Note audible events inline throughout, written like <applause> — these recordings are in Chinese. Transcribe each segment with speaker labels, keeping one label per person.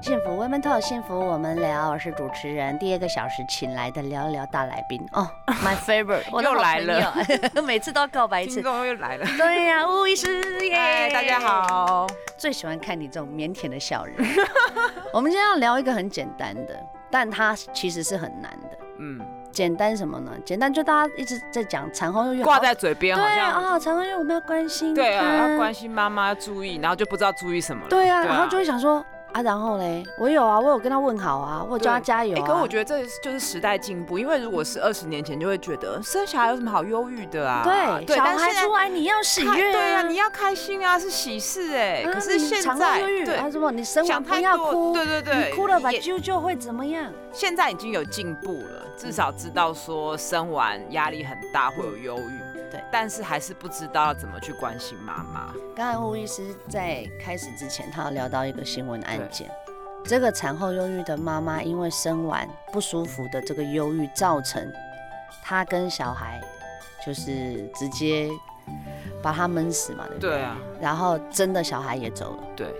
Speaker 1: 幸福 Women Talk，幸福我们聊。我是主持人，第二个小时请来的聊一聊大来宾哦、m y favorite，我 <laughs> 的好
Speaker 2: 又来
Speaker 1: 朋友，每次都要告白一次
Speaker 2: <laughs> 听。众又来了，
Speaker 1: 对呀、吴医师哎耶！
Speaker 2: 嗨，大家，好。
Speaker 1: 最喜欢看你这种腼腆的笑容。 <laughs> 我们今天要聊一个很简单的，但它其实是很难的。
Speaker 2: 嗯，
Speaker 1: 简单什么呢？简单就大家一直在讲产后忧郁，
Speaker 2: 挂在嘴边
Speaker 1: 对
Speaker 2: 好像，
Speaker 1: 啊，产后忧郁我们要关心，
Speaker 2: 对啊，要关，心妈妈，要注意，然后就不知道注意什么了。
Speaker 1: 对啊，然后就会想说啊，然后嘞，我有啊，我有跟他问好啊，我有叫他
Speaker 2: 对
Speaker 1: 加油
Speaker 2: 哎、
Speaker 1: 啊。
Speaker 2: 可我觉得这就是时代进步，因为如果是二十年前，就会觉得生小孩有什么好忧郁的啊？
Speaker 1: 对，小
Speaker 2: 但
Speaker 1: 孩
Speaker 2: 现在
Speaker 1: 出来你要喜
Speaker 2: 开
Speaker 1: 悦
Speaker 2: 对啊，你要开心啊，是喜事哎、
Speaker 1: 啊
Speaker 2: 可是
Speaker 1: 你
Speaker 2: 现
Speaker 1: 产后
Speaker 2: 在
Speaker 1: 忧郁
Speaker 2: 对
Speaker 1: 啊，什么你生完
Speaker 2: 想
Speaker 1: 不
Speaker 2: 太
Speaker 1: 要
Speaker 2: 多
Speaker 1: 哭，
Speaker 2: 对对对
Speaker 1: 你哭了吧，
Speaker 2: 也
Speaker 1: 舅舅会怎么样？
Speaker 2: 现在已经有进步了，至少知道说生完压力很大会有忧郁，
Speaker 1: 对，
Speaker 2: 但是还是不知道怎么去关心妈妈。
Speaker 1: 刚才吴医师在开始之前，他有聊到一个新闻案件，这个产后忧郁的妈妈因为生完不舒服的这个忧郁，造成她跟小孩就是直接把他闷死嘛，对不对？
Speaker 2: 对啊，
Speaker 1: 然后真的小孩也走了。
Speaker 2: 对，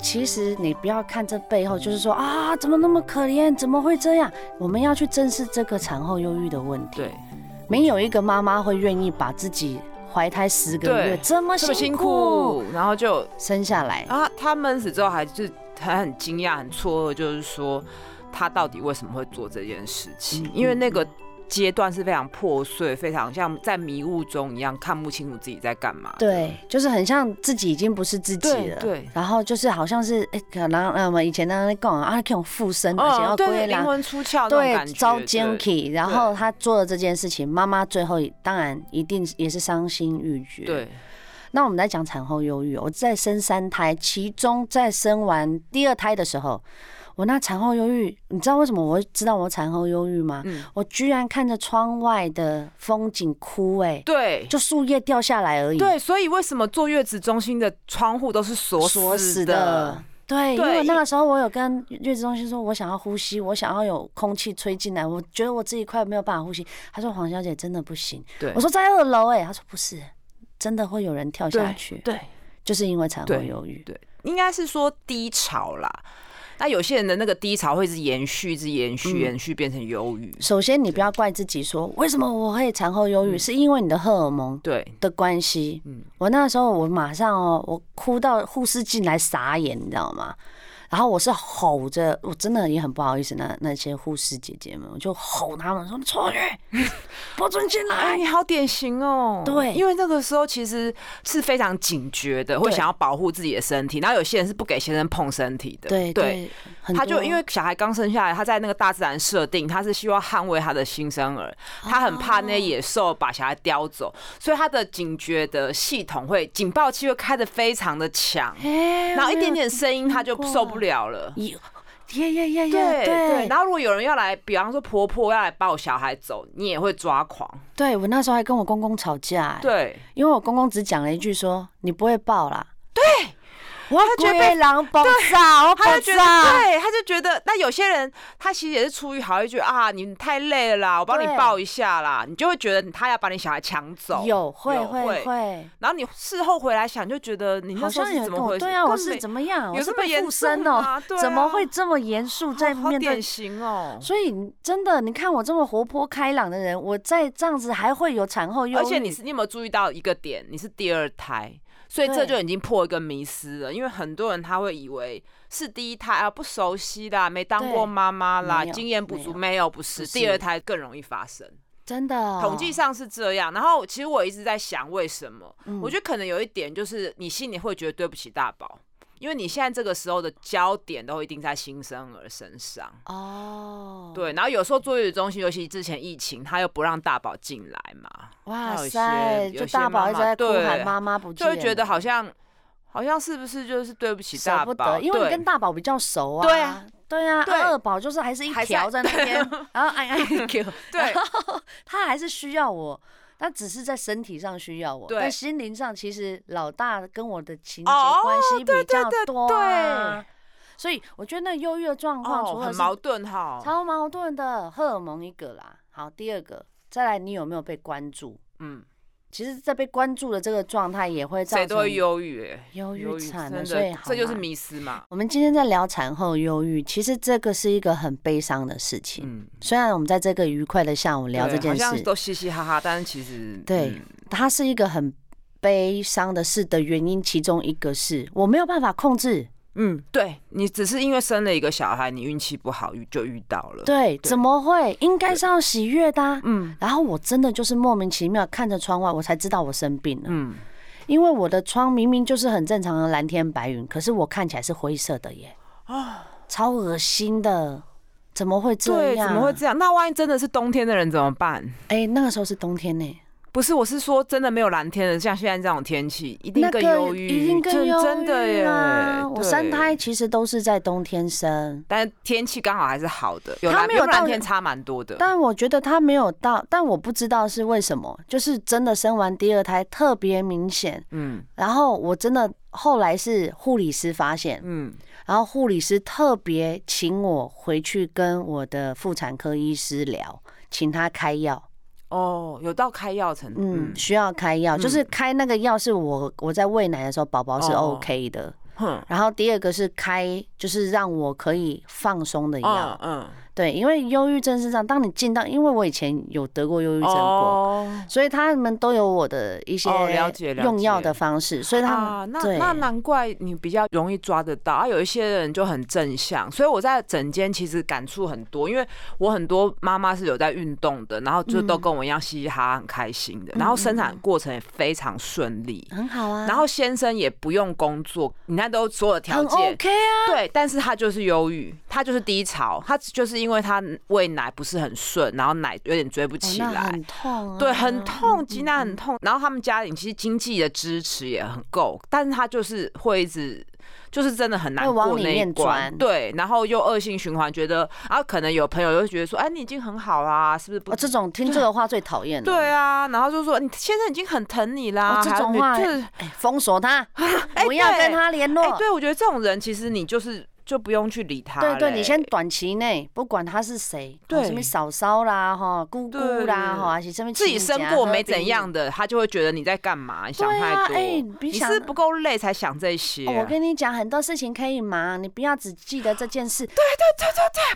Speaker 1: 其实你不要看这背后，就是说啊，怎么那么可怜，怎么会这样？我们要去正视这个产后忧郁的问题。
Speaker 2: 对，
Speaker 1: 没有一个妈妈会愿意把自己怀胎十个
Speaker 2: 对
Speaker 1: 月这么
Speaker 2: 这么辛
Speaker 1: 辛苦
Speaker 2: 苦，然后就
Speaker 1: 生下来。
Speaker 2: 啊，他闷死之后还就是还很惊讶、很错愕，就是说他到底为什么会做这件事情？
Speaker 1: 嗯
Speaker 2: 因为那个
Speaker 1: 嗯
Speaker 2: 阶段是非常破碎，非常像在迷雾中一样，看不清楚自己在干嘛。
Speaker 1: 对，就是很像自己已经不是自己
Speaker 2: 对
Speaker 1: 了。
Speaker 2: 对，
Speaker 1: 然后就是好像是哎，可能呃我们以前那样讲啊，这种附身，而且要
Speaker 2: 哦对
Speaker 1: 归
Speaker 2: 对，灵
Speaker 1: 啦，
Speaker 2: 魂出窍那种感
Speaker 1: 对，
Speaker 2: 觉，
Speaker 1: 遭
Speaker 2: 对
Speaker 1: 奸 k 然后他做了这件事情，妈妈最后当然一定也是伤心欲绝。，
Speaker 2: 对
Speaker 1: 那我们来讲产后忧郁哦，我在生三胎，其中在生完第二胎的时候，我那产后忧郁，你知道为什么我会知道我产后忧郁吗？
Speaker 2: 嗯
Speaker 1: 我居然看着窗外的风景哭、哎，
Speaker 2: 对。
Speaker 1: 就树叶掉下来而已。
Speaker 2: 对，所以为什么坐月子中心的窗户都是锁
Speaker 1: 锁死
Speaker 2: 的
Speaker 1: 的？。对，因
Speaker 2: 对
Speaker 1: 为那个时候我有跟月子中心说，我想要呼吸，我想要有空气吹进来，我觉得我自己快没有办法呼吸。他说：“黄小姐真的不行。”
Speaker 2: 对
Speaker 1: 我说：“在二楼。”哎，他说：“不是，真的会有人跳下
Speaker 2: 对
Speaker 1: 去，
Speaker 2: 对，
Speaker 1: 就是因为产后
Speaker 2: 对
Speaker 1: 忧郁。
Speaker 2: 对，应该是说低潮啦。那有些人的那个低潮会是延续，一直延续，
Speaker 1: 嗯
Speaker 2: 延续变成忧郁。
Speaker 1: 首先，你不要怪自己说为什么我会产后忧郁，
Speaker 2: 嗯
Speaker 1: 是因为你的荷尔蒙
Speaker 2: 对，
Speaker 1: 的关系。
Speaker 2: 嗯
Speaker 1: 我那时候我马上哦，我哭到护士进来傻眼，你知道吗？然后我是吼着，我真的也很不好意思，那那些护士姐姐们，我就吼他们说：“你出去，
Speaker 2: <laughs>
Speaker 1: 不准进
Speaker 2: 哎，
Speaker 1: 来。
Speaker 2: 你好典型哦。
Speaker 1: 对
Speaker 2: 因为那个时候其实是非常警觉的，会
Speaker 1: 对
Speaker 2: 想要保护自己的身体。然后有些人是不给先生碰身体”的。
Speaker 1: 对对，很
Speaker 2: 他就
Speaker 1: 多
Speaker 2: 因为小孩刚生下来，他在那个大自然设定，他是希望捍卫他的新生儿，他很怕
Speaker 1: 哦
Speaker 2: 那些野兽把小孩叼走，所以他的警觉的系统会警报器会开得非常的强，
Speaker 1: 哎
Speaker 2: 然后一点。
Speaker 1: 我没有
Speaker 2: 点声音他就
Speaker 1: 过
Speaker 2: 受不了了。
Speaker 1: 咦耶耶耶耶！
Speaker 2: 对
Speaker 1: 对
Speaker 2: 对，然后如果有人要来，比方说婆婆要来抱小孩走，你也会抓狂。
Speaker 1: 对，我那时候还跟我公公吵架、哎
Speaker 2: 对，
Speaker 1: 因为我公公只讲了一句说：“你不会抱啦。”对，我
Speaker 2: 觉得
Speaker 1: 龟狼爆炸，我
Speaker 2: 他
Speaker 1: 爆
Speaker 2: 就觉得，
Speaker 1: 炸。
Speaker 2: 对，他就觉得，那有些人他其实也是出于好意，觉得啊，你太累了啦，我帮你
Speaker 1: 对
Speaker 2: 抱一下啦，你就会觉得他要把你小孩抢走。
Speaker 1: 有会
Speaker 2: 有
Speaker 1: 会
Speaker 2: 会
Speaker 1: 会，
Speaker 2: 然后你事后回来想，就觉得你
Speaker 1: 好
Speaker 2: 那时候
Speaker 1: 像
Speaker 2: 是
Speaker 1: 有
Speaker 2: 怎
Speaker 1: 跟
Speaker 2: 么回
Speaker 1: 我
Speaker 2: 事？
Speaker 1: 对啊，我
Speaker 2: 根
Speaker 1: 是
Speaker 2: 本
Speaker 1: 怎么样？我
Speaker 2: 有
Speaker 1: 是
Speaker 2: 这么
Speaker 1: 被
Speaker 2: 严
Speaker 1: 附身
Speaker 2: 重
Speaker 1: 哦
Speaker 2: 吗对，啊
Speaker 1: 怎么会这么严肃在
Speaker 2: 好
Speaker 1: 面对
Speaker 2: 典？型哦。
Speaker 1: 所以你真的，你看我这么活泼开朗的人，我在这样子还会有产后忧郁，
Speaker 2: 而且你是你有没有注意到一个点？你是第二胎，所以
Speaker 1: 对
Speaker 2: 这就已经破一个迷思了。因为很多人他会以为是第一胎啊，不熟悉啦，没当
Speaker 1: 对
Speaker 2: 过妈妈啦，
Speaker 1: 没有
Speaker 2: 经验不
Speaker 1: 没
Speaker 2: 足，
Speaker 1: 有
Speaker 2: 没有，不是
Speaker 1: 不是
Speaker 2: 第二胎更容易发生。
Speaker 1: 真的哦
Speaker 2: 统计，上是这样，然后其实我一直在想为什么？
Speaker 1: 嗯
Speaker 2: 我觉得可能有一点就是你心里会觉得对不起大宝，因为你现在这个时候的焦点都一定在新生儿身上。
Speaker 1: 哦，，
Speaker 2: 对，然后有时候坐月子中心，尤其之前疫情，他又不让大宝进来嘛，
Speaker 1: 哇
Speaker 2: 还有一
Speaker 1: 塞，
Speaker 2: 些
Speaker 1: 就
Speaker 2: 有些
Speaker 1: 大宝一直
Speaker 2: 妈妈
Speaker 1: 在哭喊
Speaker 2: 对
Speaker 1: 妈妈不
Speaker 2: 就
Speaker 1: 见了，
Speaker 2: 会觉得好像好像是不是就是对不起
Speaker 1: 舍
Speaker 2: 大
Speaker 1: 不
Speaker 2: 宝？
Speaker 1: 得，因为你
Speaker 2: 对 <laughs>
Speaker 1: 跟大宝比较熟啊，
Speaker 2: 对啊，
Speaker 1: 对啊，
Speaker 2: 对
Speaker 1: 二宝就是还是一
Speaker 2: <laughs> 还在 <laughs>
Speaker 1: 条在那边，然后哎哎 Q，
Speaker 2: 对
Speaker 1: 他还是需要我。那只是在身体上需要我，
Speaker 2: 对
Speaker 1: 但心灵上其实老大跟我的情节
Speaker 2: 哦
Speaker 1: 关系比
Speaker 2: 对对
Speaker 1: 较
Speaker 2: 对
Speaker 1: 多
Speaker 2: 对
Speaker 1: 啊。所以我觉得那忧郁的状况，除
Speaker 2: 哦，
Speaker 1: 了
Speaker 2: 很
Speaker 1: 是
Speaker 2: 矛盾哈。
Speaker 1: 超矛盾的荷尔蒙一个啦。好，第二个，再来你有没有被关注？
Speaker 2: 嗯，
Speaker 1: 其实，在被关注的这个状态也会造
Speaker 2: 谁
Speaker 1: 成
Speaker 2: 都会忧郁哎，
Speaker 1: 忧
Speaker 2: 忧
Speaker 1: 郁
Speaker 2: 郁
Speaker 1: 惨
Speaker 2: 真
Speaker 1: 了，
Speaker 2: 的，
Speaker 1: 所以好
Speaker 2: 这就是
Speaker 1: 难
Speaker 2: 迷失嘛。
Speaker 1: 我们今天在聊产后忧郁，其实这个是一个很悲伤的事情。
Speaker 2: 嗯，
Speaker 1: 虽然我们在这个愉快的下午聊
Speaker 2: 对
Speaker 1: 这件
Speaker 2: 好像
Speaker 1: 事，
Speaker 2: 都嘻嘻哈哈，但是其实
Speaker 1: 对
Speaker 2: 嗯
Speaker 1: 它是一个很悲伤的事的原因，其中一个是我没有办法控制，
Speaker 2: 嗯，对你只是因为生了一个小孩，你运气不好遇就遇到了。，
Speaker 1: 对，
Speaker 2: 对
Speaker 1: 怎么会？应该是要喜悦的啊、
Speaker 2: 嗯
Speaker 1: 然后我真的就是莫名其妙看着窗外，我才知道我生病了，
Speaker 2: 嗯，
Speaker 1: 因为我的窗明明就是很正常的蓝天白云，可是我看起来是灰色的耶，超恶心的，怎么会这
Speaker 2: 啊对，
Speaker 1: 样？
Speaker 2: 怎么会？这样？那万一真的是冬天的人怎么办？
Speaker 1: 哎、那个时候是冬天呢、
Speaker 2: 不是，我是说真的没有蓝天的，像现在这种天气，一定
Speaker 1: 那
Speaker 2: 更
Speaker 1: 个
Speaker 2: 忧郁，
Speaker 1: 一定更
Speaker 2: 真
Speaker 1: 忧
Speaker 2: 真的
Speaker 1: 郁
Speaker 2: 耶
Speaker 1: 啦。。我
Speaker 2: 对
Speaker 1: 三胎，其实都是在冬天生，
Speaker 2: 但是天气刚好还是好的，有
Speaker 1: 他
Speaker 2: 蓝
Speaker 1: 没有
Speaker 2: 有蓝
Speaker 1: 到
Speaker 2: 天差蛮多的。
Speaker 1: 但我觉得他没有到，但我不知道是为什么，就是真的生完第二胎特别明显。
Speaker 2: 嗯
Speaker 1: 然后我真的后来是护理师发现，
Speaker 2: 嗯，
Speaker 1: 然后护理师特别请我回去跟我的妇产科医师聊，请他开药。
Speaker 2: 哦，有到开药程度，
Speaker 1: 嗯，需要开药，就是开那个药是我我在喂奶的时候，宝宝是
Speaker 2: 哦
Speaker 1: OK 的。
Speaker 2: 哼，
Speaker 1: 然后第二个是开，就是让我可以放松的药
Speaker 2: 嗯。嗯，
Speaker 1: 对，因为忧郁症是这样，当你进到，因为我以前有得过忧郁症过，
Speaker 2: 哦
Speaker 1: 所以他们都有我的一些
Speaker 2: 哦了解了
Speaker 1: 用药
Speaker 2: 解
Speaker 1: 的方式，所以他
Speaker 2: 啊，
Speaker 1: 们
Speaker 2: 那
Speaker 1: 对
Speaker 2: 那难怪你比较容易抓得到啊。有一些人就很正向，所以我在整间其实感触很多，因为我很多妈妈是有在运动的，然后就
Speaker 1: 嗯
Speaker 2: 都跟我一样嘻嘻哈哈很开心的，然后生产过程也非常顺利，
Speaker 1: 很好嗯啊，
Speaker 2: 然后先生也不用工作，你看都所有条
Speaker 1: 很
Speaker 2: 件。
Speaker 1: OK 啊，
Speaker 2: 对，但是他就是忧郁，他就是低潮，他就是因为他喂奶不是很顺，然后奶有点追不
Speaker 1: 哦
Speaker 2: 起
Speaker 1: 那
Speaker 2: 来，
Speaker 1: 很痛啊，
Speaker 2: 对，很痛，吉娜很痛。然后他们家里其实经济的支持也很够，但是他就是会一直。就是真的很难
Speaker 1: 会往
Speaker 2: 过
Speaker 1: 里
Speaker 2: 那一
Speaker 1: 面
Speaker 2: 关，
Speaker 1: 钻
Speaker 2: 对，然后又恶性循环，觉得啊，可能有朋友又觉得说，哎，你已经很好啦，是不是不
Speaker 1: 哦，？这种听这个话最讨厌了。
Speaker 2: 对啊，然后就说你先生已经很疼你啦，
Speaker 1: 哦这
Speaker 2: 还有
Speaker 1: 种
Speaker 2: 你
Speaker 1: 话
Speaker 2: 就是
Speaker 1: 哎，封锁他，
Speaker 2: <laughs> 哎
Speaker 1: 不要
Speaker 2: 对
Speaker 1: 跟他联
Speaker 2: 哎，
Speaker 1: 络。
Speaker 2: 对我觉得这种人其实你就是就不用去理他嘞，
Speaker 1: 对对，你先短期内不管他是谁，哦
Speaker 2: 对
Speaker 1: 什么嫂嫂啦、哈姑姑
Speaker 2: 对
Speaker 1: 啦、哈，还是什么
Speaker 2: 自己
Speaker 1: 亲啊
Speaker 2: 生
Speaker 1: 家
Speaker 2: 过
Speaker 1: 喝
Speaker 2: 没
Speaker 1: 冰
Speaker 2: 怎样的，他就会觉得你在干嘛，你想
Speaker 1: 对
Speaker 2: 太
Speaker 1: 啊
Speaker 2: 多，
Speaker 1: 哎别
Speaker 2: 你是
Speaker 1: 想
Speaker 2: 不是不够累才想这些啊、
Speaker 1: 哦我跟你讲，很多事情可以忙，你不要只记得这件事，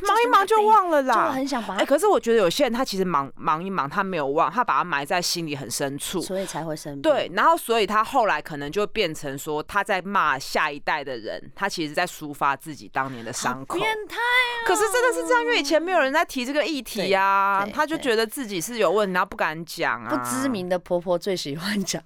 Speaker 2: 忙一忙就忘了
Speaker 1: 就
Speaker 2: 啦。
Speaker 1: 很想把
Speaker 2: 哎、
Speaker 1: 它，
Speaker 2: 可是我觉得有些人他其实忙忙一忙，他没有忘，他把它埋在心里很深处。
Speaker 1: 所以才会生病。
Speaker 2: 对，然后所以他后来可能就变成说他在骂下一代的人，他其实在抒发自己当年的
Speaker 1: 好
Speaker 2: 伤口。
Speaker 1: 变态哦。
Speaker 2: 可是真的是这样，因为以前没有人在提这个议题啊
Speaker 1: 对，对
Speaker 2: 他就觉得自己是有问题，然后不敢讲啊。
Speaker 1: 不知。名的婆婆最喜欢
Speaker 2: <laughs>
Speaker 1: 讲。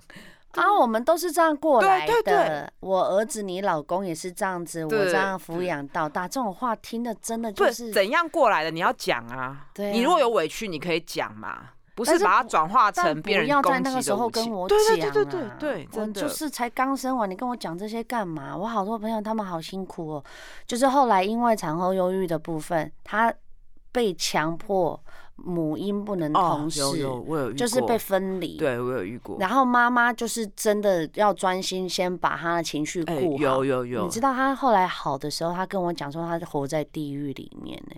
Speaker 1: 啊，我们都是这样过来的。
Speaker 2: 对对对
Speaker 1: 我儿子、你老公也是这样子，我
Speaker 2: 对
Speaker 1: 这样抚养到大，这种话听的真的
Speaker 2: 不
Speaker 1: 就是是，
Speaker 2: 怎样过来的，你要讲啊。
Speaker 1: 对啊
Speaker 2: 你如果有委屈，你可以讲嘛，不
Speaker 1: 但
Speaker 2: 是
Speaker 1: 是
Speaker 2: 把它转化
Speaker 1: 但
Speaker 2: 成
Speaker 1: 不
Speaker 2: 别人
Speaker 1: 要
Speaker 2: 攻
Speaker 1: 在那
Speaker 2: 击
Speaker 1: 个
Speaker 2: 的
Speaker 1: 时候
Speaker 2: 武器
Speaker 1: 跟我讲、
Speaker 2: 对
Speaker 1: 啊。
Speaker 2: 对对对对对，
Speaker 1: 我
Speaker 2: 真的
Speaker 1: 就是才刚生完，你跟我讲这些干嘛？我好多朋友他们好辛苦哦，就是后来因为产后忧郁的部分，他被强迫母婴不能
Speaker 2: 哦
Speaker 1: 同，事，
Speaker 2: 有有，我有遇
Speaker 1: 就是被
Speaker 2: 过
Speaker 1: 分离。
Speaker 2: 对我有遇过。
Speaker 1: 然后妈妈就是真的要专心，先把她的情绪
Speaker 2: 哎、
Speaker 1: 顾好。
Speaker 2: 有有有，
Speaker 1: 你知道她后来好的时候，她跟我讲说，她活在地狱里面呢、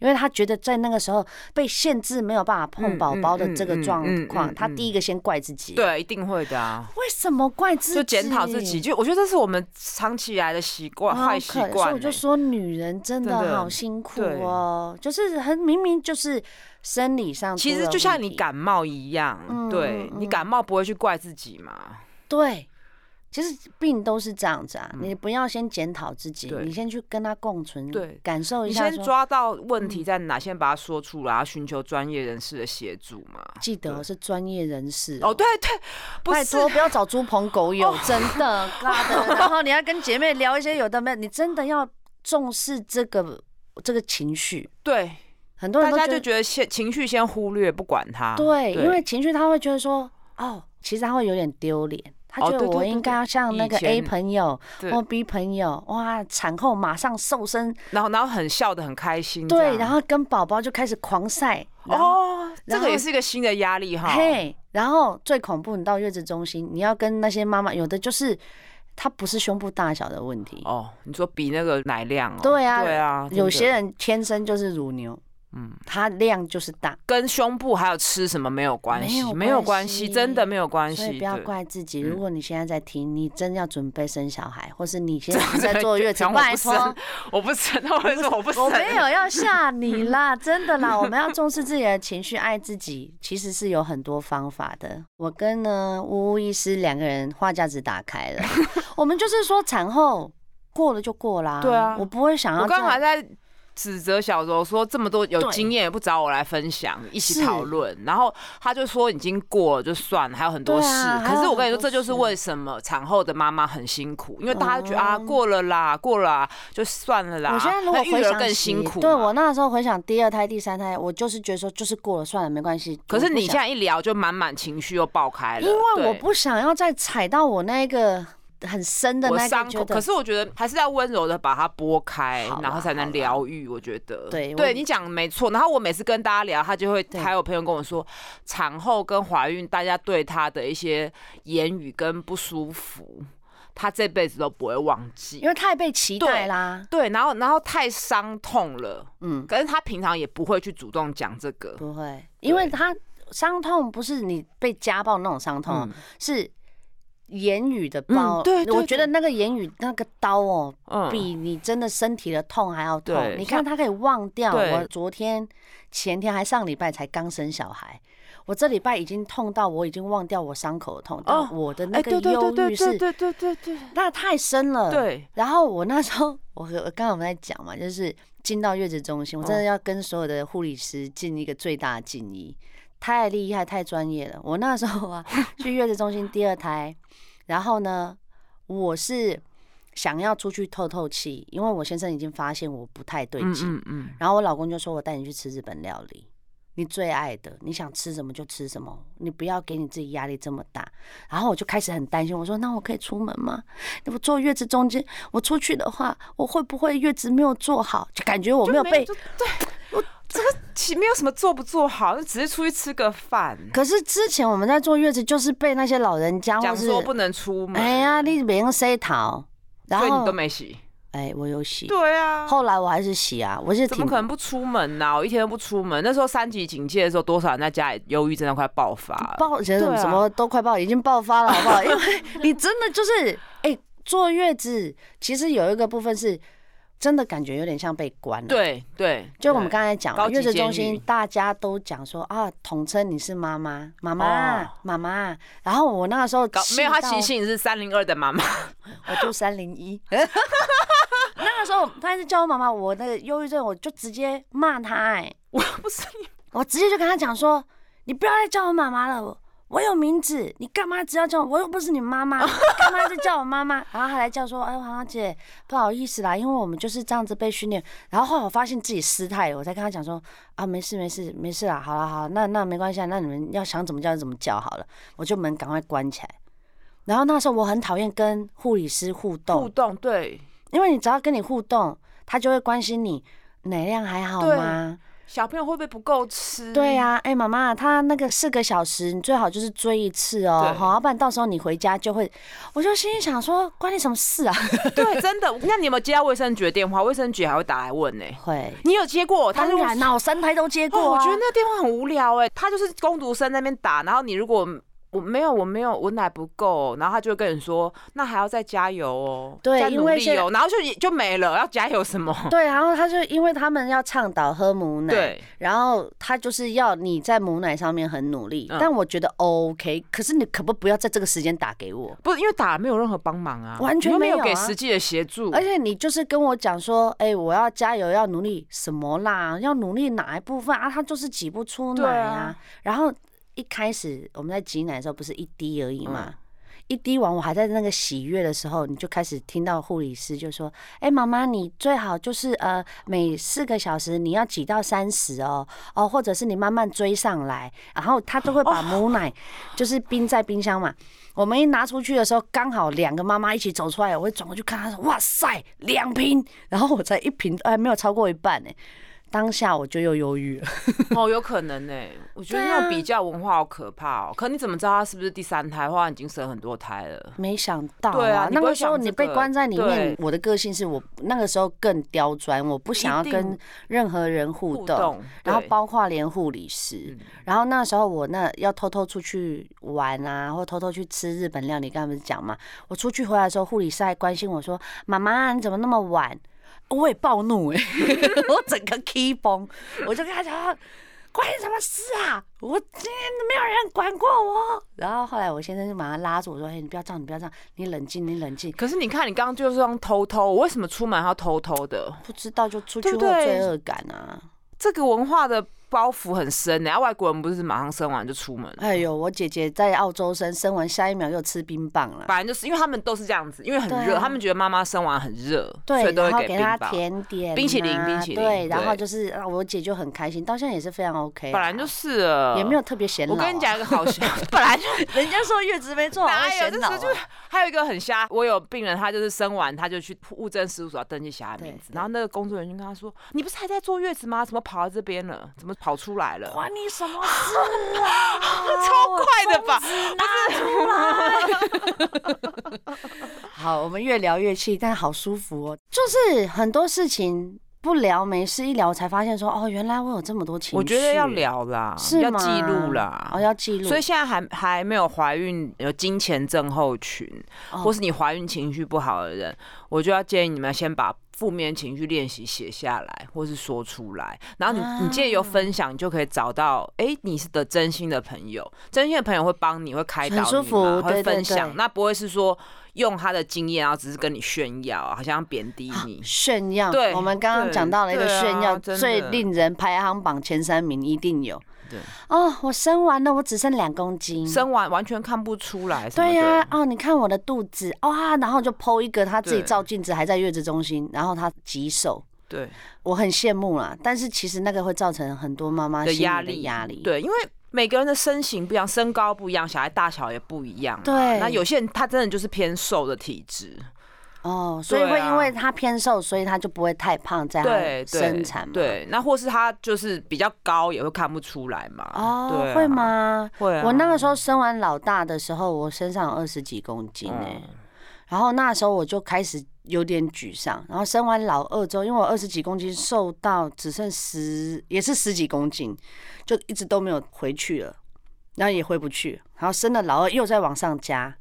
Speaker 1: 因为她觉得在那个时候被限制，没有办法碰
Speaker 2: 嗯
Speaker 1: 宝宝的
Speaker 2: 嗯
Speaker 1: 这个
Speaker 2: 嗯
Speaker 1: 状
Speaker 2: 嗯嗯
Speaker 1: 况，
Speaker 2: 嗯
Speaker 1: 她
Speaker 2: 嗯
Speaker 1: 第一个先怪自己。，
Speaker 2: 对，一定会的啊。
Speaker 1: 为什么怪自己？
Speaker 2: 就检讨自己，就我觉得这是我们长期以来的习惯，
Speaker 1: 好
Speaker 2: 坏
Speaker 1: 可
Speaker 2: 习
Speaker 1: 所以
Speaker 2: 惯
Speaker 1: 我
Speaker 2: 欸。
Speaker 1: 就说，女人真的
Speaker 2: 真的
Speaker 1: 好辛苦
Speaker 2: 对
Speaker 1: 哦，就是很明明就是生理上出
Speaker 2: 其实
Speaker 1: 了
Speaker 2: 就像
Speaker 1: 问
Speaker 2: 你
Speaker 1: 题
Speaker 2: 感冒一样
Speaker 1: 嗯，
Speaker 2: 对
Speaker 1: 嗯
Speaker 2: 你
Speaker 1: 嗯
Speaker 2: 感冒不会去怪自己嘛？
Speaker 1: 对，其实病都是这样子啊，你不要先检讨自己，
Speaker 2: 嗯对
Speaker 1: 你先去跟他共存，
Speaker 2: 对
Speaker 1: 感受一
Speaker 2: 你
Speaker 1: 下
Speaker 2: 先
Speaker 1: 说，嗯
Speaker 2: 抓到问题在哪，先把它说出来，然后寻求专业人士的协助嘛。
Speaker 1: 记得哦是专业人士
Speaker 2: 哦，。对对，不
Speaker 1: 拜
Speaker 2: 是哦
Speaker 1: 托，不要找猪朋狗友，真
Speaker 2: <laughs>
Speaker 1: 的，尬的。然后你要跟姐妹聊一些有的没，有，你真的要重视这个这个情绪。
Speaker 2: 对，
Speaker 1: 很多
Speaker 2: 大
Speaker 1: 人都
Speaker 2: 家
Speaker 1: 觉
Speaker 2: 就
Speaker 1: 得
Speaker 2: 觉得先情绪先忽略，不管它。
Speaker 1: 对，因为情绪他会觉得说，哦，其实他会有点丢脸，他
Speaker 2: 哦
Speaker 1: 觉得
Speaker 2: 对对
Speaker 1: 我
Speaker 2: 对
Speaker 1: 应
Speaker 2: 对
Speaker 1: 该要像那
Speaker 2: 以
Speaker 1: 个 A
Speaker 2: 前
Speaker 1: 朋友
Speaker 2: 对
Speaker 1: 或 B 朋友，哇，产后马上瘦身，
Speaker 2: 然后然后很笑的很开心这样。
Speaker 1: 对，然后跟宝宝就开始狂晒，然后
Speaker 2: 哦，这
Speaker 1: 然
Speaker 2: 个也
Speaker 1: 后
Speaker 2: 是一个新的压力哈。
Speaker 1: 嘿，然后最恐怖，你到月子中心，你要跟那些妈妈，有的就是她不是胸部大小的问题，
Speaker 2: 哦，你说比那个奶量哦？
Speaker 1: 对啊
Speaker 2: 对啊，
Speaker 1: 有
Speaker 2: 真
Speaker 1: 些
Speaker 2: 的
Speaker 1: 人天生就是乳牛，
Speaker 2: 嗯
Speaker 1: 她量就是大，
Speaker 2: 跟胸部还有吃什么没有关
Speaker 1: 没有
Speaker 2: 系，没有
Speaker 1: 关
Speaker 2: 关
Speaker 1: 系
Speaker 2: 系，真的没有关
Speaker 1: 所以
Speaker 2: 系。
Speaker 1: 不要
Speaker 2: 对
Speaker 1: 怪自己。
Speaker 2: 嗯
Speaker 1: 如果你现在在听，你真要准备生小孩，或是你现在
Speaker 2: 对
Speaker 1: 在坐月子，
Speaker 2: 讲我
Speaker 1: 拜
Speaker 2: 不
Speaker 1: 托，
Speaker 2: 生，我不生，他会说我不生，
Speaker 1: <laughs> 我没有
Speaker 2: <laughs>
Speaker 1: 要吓你啦，真的啦，我们要重视自己的情绪，爱自己，其实是有很多方法的。我跟呢呜呜医师两个人话匣子打开
Speaker 2: <laughs>
Speaker 1: 了，我们就是说产后过了就过啦，
Speaker 2: 对啊
Speaker 1: 我不会想要
Speaker 2: 我刚
Speaker 1: 再
Speaker 2: 才在指责小柔说这么多有
Speaker 1: 对
Speaker 2: 经验也不找我来分享，一起
Speaker 1: 是
Speaker 2: 讨论。然后他就说已经过了就算了，还有很多
Speaker 1: 对
Speaker 2: 事。
Speaker 1: 啊还
Speaker 2: 可
Speaker 1: 有
Speaker 2: 是我跟
Speaker 1: 很
Speaker 2: 你说，
Speaker 1: 多
Speaker 2: 这就是
Speaker 1: 事
Speaker 2: 为什么产后的妈妈很辛苦，因为大家就觉得、
Speaker 1: 哦
Speaker 2: 啊过了啦，过了啦，就算了啦。
Speaker 1: 我现在如果
Speaker 2: 那育
Speaker 1: 回
Speaker 2: 儿
Speaker 1: 想
Speaker 2: 更
Speaker 1: 起
Speaker 2: 辛苦嘛，
Speaker 1: 对我那时候回想第二胎、第三胎，我就是觉得说就是过了算了，没关系。
Speaker 2: 可是
Speaker 1: 我不
Speaker 2: 你
Speaker 1: 想
Speaker 2: 现在一聊就满满情绪又爆开了，
Speaker 1: 因为我
Speaker 2: 对
Speaker 1: 不想要再踩到我那个很深的
Speaker 2: 我
Speaker 1: 那个
Speaker 2: 伤
Speaker 1: 觉
Speaker 2: 口，可
Speaker 1: 得。
Speaker 2: 是我觉得还是要温柔的把它拨开
Speaker 1: 好啦，
Speaker 2: 然后才
Speaker 1: 好啦
Speaker 2: 能疗愈。我觉得，
Speaker 1: 对我
Speaker 2: 对你讲得没错。然后我每次跟大家聊，他就会
Speaker 1: 对
Speaker 2: 还有朋友跟我说，产后跟怀孕，大家对他的一些言语跟不舒服，他这辈子都不会忘记
Speaker 1: 因。为太被期待啦，
Speaker 2: 对，然后然后太伤痛了，
Speaker 1: 嗯，
Speaker 2: 可是他平常也不会去主动讲这个。
Speaker 1: 不会，因为他伤痛不是你被家暴那种伤痛，哦
Speaker 2: 嗯
Speaker 1: 是言语的包。
Speaker 2: 嗯对对
Speaker 1: 我觉得那个言语那个刀哦，
Speaker 2: 嗯
Speaker 1: 比你真的身体的痛还要痛。
Speaker 2: 对
Speaker 1: 你看他可以忘掉，
Speaker 2: 对
Speaker 1: 我昨天、前天还上礼拜才刚生小孩，我这礼拜已经痛到我已经忘掉我伤口的痛，但我的那
Speaker 2: 哎，
Speaker 1: 个
Speaker 2: 对对对
Speaker 1: 忧
Speaker 2: 对
Speaker 1: 郁
Speaker 2: 对
Speaker 1: 是呃
Speaker 2: 对对对对
Speaker 1: 那太深了。。
Speaker 2: 对，
Speaker 1: 然后我那时候，我和我刚才我们在讲嘛，就是进到月子中心，我真的要跟所有的护理师尽一个最大的敬意，太厉害，太专业了。我那时候啊，去月子中心第二胎，然后呢，我是想要出去透透气，因为我先生已经发现我不太对
Speaker 2: 嗯
Speaker 1: 劲，
Speaker 2: 嗯嗯，
Speaker 1: 然后我老公就说我带你去吃日本料理。你最爱的，你想吃什么就吃什么，你不要给你自己压力这么大。然后我就开始很担心，我说那我可以出门吗？我坐月子中间，我出去的话，我会不会月子没有做好？就感觉我
Speaker 2: 就
Speaker 1: 没有被
Speaker 2: 就对。我这个其没有什么做不做好，那只是出去吃个饭，
Speaker 1: 可是之前我们在坐月子，就是被那些老人家或
Speaker 2: 讲
Speaker 1: 是
Speaker 2: 说不能出门，
Speaker 1: 哎呀，你别用塞桃，然
Speaker 2: 所以你
Speaker 1: 后
Speaker 2: 都没洗。
Speaker 1: 哎，我有洗，
Speaker 2: 对啊，
Speaker 1: 后来我还是洗啊，我是
Speaker 2: 怎
Speaker 1: 挺
Speaker 2: 么可能不出门呢、我一天都不出门。那时候三级警戒的时候，多少人在家里忧郁症都快爆发了。
Speaker 1: 爆，什么
Speaker 2: 对啊
Speaker 1: 什么都快爆，已经爆发了，好不好？
Speaker 2: <laughs>
Speaker 1: 因为你真的就是哎，坐月子其实有一个部分是真的感觉有点像被关了。
Speaker 2: 对对，
Speaker 1: 就我们
Speaker 2: 对
Speaker 1: 刚才讲嘛
Speaker 2: 高级
Speaker 1: 月子中
Speaker 2: 监
Speaker 1: 心
Speaker 2: 狱，
Speaker 1: 大家都讲说啊，统称你是妈妈，妈妈
Speaker 2: 哦，
Speaker 1: 妈妈。然后我那个时候
Speaker 2: 搞没有，他
Speaker 1: 气
Speaker 2: 其
Speaker 1: 到
Speaker 2: 实你是三零二的妈妈，
Speaker 1: 我就三零
Speaker 2: <laughs>
Speaker 1: 一。那个时候，他一直叫我妈妈，我那个忧郁症，我就直接骂他、哎，
Speaker 2: 我不是你
Speaker 1: 我直接就跟他讲说，你不要再叫我妈妈了，我我有名字，你干嘛只要叫我？我又不是你妈妈，你干嘛就叫我妈妈？然后他来叫说，哎，黄小姐，不好意思啦，因为我们就是这样子被训练。然后后来我发现自己失态了，我才跟他讲说，啊，没事没事没事啦，好啦好啦，那那没关系啊，那你们要想怎么叫就怎么叫好了，我就门赶快关起来。然后那时候我很讨厌跟护理师互动
Speaker 2: 互，动，对
Speaker 1: 因为你只要跟你互动，他就会关心你奶量还好吗？
Speaker 2: 小朋友会不会不够吃？
Speaker 1: 对、呀、哎、妈妈，他那个四个小时，你最好就是追一次哦，
Speaker 2: 对
Speaker 1: 好，要不然到时候你回家就会，我就心里想说，关你什么事啊？ <laughs>
Speaker 2: 对，真的。那你有没有接到卫生局的电话？卫生局还会打来问呢、
Speaker 1: 会，
Speaker 2: 你有接过？他
Speaker 1: 当
Speaker 2: 就
Speaker 1: 然啦，我三胎都接过、啊
Speaker 2: 哦，我觉得那个地方很无聊哎、他就是工读生在那边打，然后你如果我没有我没有我奶不够，然后他就会跟你说，那还要再加油哦，
Speaker 1: 对
Speaker 2: 再
Speaker 1: 因
Speaker 2: 努
Speaker 1: 为
Speaker 2: 力
Speaker 1: 现
Speaker 2: 哦，然后就也就没了，要加
Speaker 1: <laughs>
Speaker 2: 油什么？
Speaker 1: 对，然后他就因为他们要倡导喝母奶，
Speaker 2: 对，
Speaker 1: 然后他就是要你在母奶上面很努力，
Speaker 2: 嗯
Speaker 1: 但我觉得 OK，可是你可不不要在这个时间打给我，
Speaker 2: 不是因为打没有任何帮忙啊，
Speaker 1: 完全
Speaker 2: 你又
Speaker 1: 没
Speaker 2: 没
Speaker 1: 有
Speaker 2: 有
Speaker 1: 啊哎
Speaker 2: 给实际的协助，
Speaker 1: 而且你就是跟我讲说，哎、我要加油，要努力什么啦？要努力哪一部分啊？他就是挤不出奶
Speaker 2: 对
Speaker 1: 啊。
Speaker 2: 啊
Speaker 1: 然后一开始我们在挤奶的时候，不是一滴而已嘛。一滴完，我还在那个喜悦的时候，你就开始听到护理师就说：“哎、妈妈，你最好就是呃，每四个小时你要挤到三十哦，哦，或者是你慢慢追上来。”然后他都会把母奶就是冰在冰箱嘛，我们一拿出去的时候，刚好两个妈妈一起走出来，呃我会转过去看，她说：“哇塞，两瓶！”然后我才一瓶，哎，没有超过一半呢、当下我就又忧郁了。
Speaker 2: 哦，有可能呢、我觉得
Speaker 1: 对
Speaker 2: 那
Speaker 1: 啊
Speaker 2: 种比较文化好可怕哦。可你怎么知道他是不是第三胎？或者已经生很多胎了？
Speaker 1: 没想到
Speaker 2: 对啊你
Speaker 1: 那
Speaker 2: 不
Speaker 1: 个
Speaker 2: 会
Speaker 1: 时候
Speaker 2: 想
Speaker 1: 你
Speaker 2: 这
Speaker 1: 被
Speaker 2: 个
Speaker 1: 关在里面
Speaker 2: 对，
Speaker 1: 我的个性是我那个时候更刁钻，我不想要
Speaker 2: 一定
Speaker 1: 跟任何人互
Speaker 2: 互
Speaker 1: 动。
Speaker 2: 动，
Speaker 1: 然后
Speaker 2: 对
Speaker 1: 包括连护理师，
Speaker 2: 嗯
Speaker 1: 然后那时候我那要偷偷出去玩啊，或偷偷去吃日本料理，刚才不是讲嘛？我出去回来的时候，护理师还关心我说：“妈妈，你怎么那么晚？”我也暴怒哎、 <laughs> 我整个 key 崩，我就跟他讲说：“关你什么事啊？我今天没有人管过我。”然后后来我先生就马上拉住我说：“哎、你不要这样，你不要这样，你冷静，你冷静。”
Speaker 2: 可是你看，你刚刚就是用偷偷，我为什么出门还要偷偷的？
Speaker 1: 不知道就出去会有
Speaker 2: 对不对
Speaker 1: 罪恶感啊！
Speaker 2: 这个文化的包袱很深呢、啊外国人不是马上生完就出门了？
Speaker 1: 哎呦，我姐姐在澳洲生，生完下一秒又吃冰棒了。
Speaker 2: 反正就是因为他们都是这样子，因为很
Speaker 1: 对啊
Speaker 2: 热，他们觉得妈妈生完很热，所
Speaker 1: 对，
Speaker 2: 以都
Speaker 1: 然后
Speaker 2: 会
Speaker 1: 给
Speaker 2: 冰
Speaker 1: 她
Speaker 2: 棒。
Speaker 1: 甜点啊、
Speaker 2: 冰淇淋冰淇淋
Speaker 1: 对，然后
Speaker 2: 对
Speaker 1: 就是啊我姐就很开心，到现在也是非常 OK 啊。
Speaker 2: 本来就是了，
Speaker 1: 也没有特别显老
Speaker 2: 我
Speaker 1: 啊。
Speaker 2: 跟你讲一个
Speaker 1: <laughs>
Speaker 2: 好笑，本来就
Speaker 1: 人家说月子没做好
Speaker 2: 哪
Speaker 1: 会
Speaker 2: 有，
Speaker 1: 显
Speaker 2: 就
Speaker 1: 老
Speaker 2: 是
Speaker 1: 啊，
Speaker 2: 就是还有一个很瞎，我有病人，他就是生完他就去物证事务所要登记小孩的名字
Speaker 1: 对，对
Speaker 2: 然后那个工作人员就跟他说：“你不是还在坐月子吗？怎么跑到这边了？怎么跑出来了？”
Speaker 1: 关你什么事
Speaker 2: <laughs>
Speaker 1: 啊？超
Speaker 2: 快的吧？
Speaker 1: <laughs> 好，我们越聊越气，但好舒服哦。就是很多事情不聊没事，一聊才发现说哦，原来我有这么多情绪。
Speaker 2: 我觉得要聊啦，
Speaker 1: 是
Speaker 2: 要
Speaker 1: 吗
Speaker 2: 记录啦。
Speaker 1: 哦，要记录。
Speaker 2: 所以现在还还没有怀孕有金钱症候群，
Speaker 1: 哦
Speaker 2: 或是你怀孕情绪不好的人，我就要建议你们先把负面情绪练习写下来，或是说出来，然后你、
Speaker 1: 啊
Speaker 2: 你借由分享，你就可以找到哎、诶你是的真心的朋友，真心的朋友会帮你，会开导你
Speaker 1: 很舒
Speaker 2: 嘛，
Speaker 1: 服对
Speaker 2: 会
Speaker 1: 对
Speaker 2: 分享，
Speaker 1: 对
Speaker 2: 那不会是说用他的经验，然后只是跟你炫耀，好像贬低
Speaker 1: 啊
Speaker 2: 你。
Speaker 1: 炫耀，
Speaker 2: 对
Speaker 1: 我们刚刚
Speaker 2: 对
Speaker 1: 讲到了一个
Speaker 2: 对啊
Speaker 1: 炫耀、
Speaker 2: 真的
Speaker 1: 最令人排行榜前三名一定有。
Speaker 2: 对，
Speaker 1: 哦，我生完了，我只剩两公斤。
Speaker 2: 生完完全看不出来什么
Speaker 1: 对
Speaker 2: 的，
Speaker 1: 呀、哦，你看我的肚子哇，然后就剖一个，他自己
Speaker 2: 对
Speaker 1: 照镜子还在月子中心，然后他极瘦，
Speaker 2: 对
Speaker 1: 我很羡慕啦。但是其实那个会造成很多妈妈
Speaker 2: 的
Speaker 1: 啊心里
Speaker 2: 压
Speaker 1: 的
Speaker 2: 力
Speaker 1: 压力。
Speaker 2: 对，因为每个人的身形不一样，身高不一样，小孩大小也不一样嘛。
Speaker 1: 对
Speaker 2: 那有些人他真的就是偏瘦的体质，
Speaker 1: 哦，所以
Speaker 2: 对
Speaker 1: 会
Speaker 2: 啊
Speaker 1: 因为他偏瘦，所以他就不会太胖，在
Speaker 2: 对
Speaker 1: 他生产啊嘛。
Speaker 2: 对，那或是他就是比较高，也会看不出来嘛。
Speaker 1: 哦，
Speaker 2: 对啊
Speaker 1: 会？吗？
Speaker 2: 会啊。
Speaker 1: 我那个时候生完老大的时候，我身上有二十几公斤
Speaker 2: 嗯
Speaker 1: 哎、然后那时候我就开始有点沮丧。然后生完老二之后，因为我二十几公斤瘦到只剩十，也是十几公斤，就一直都没有回去了，然后也回不去。然后生了老二又再往上加，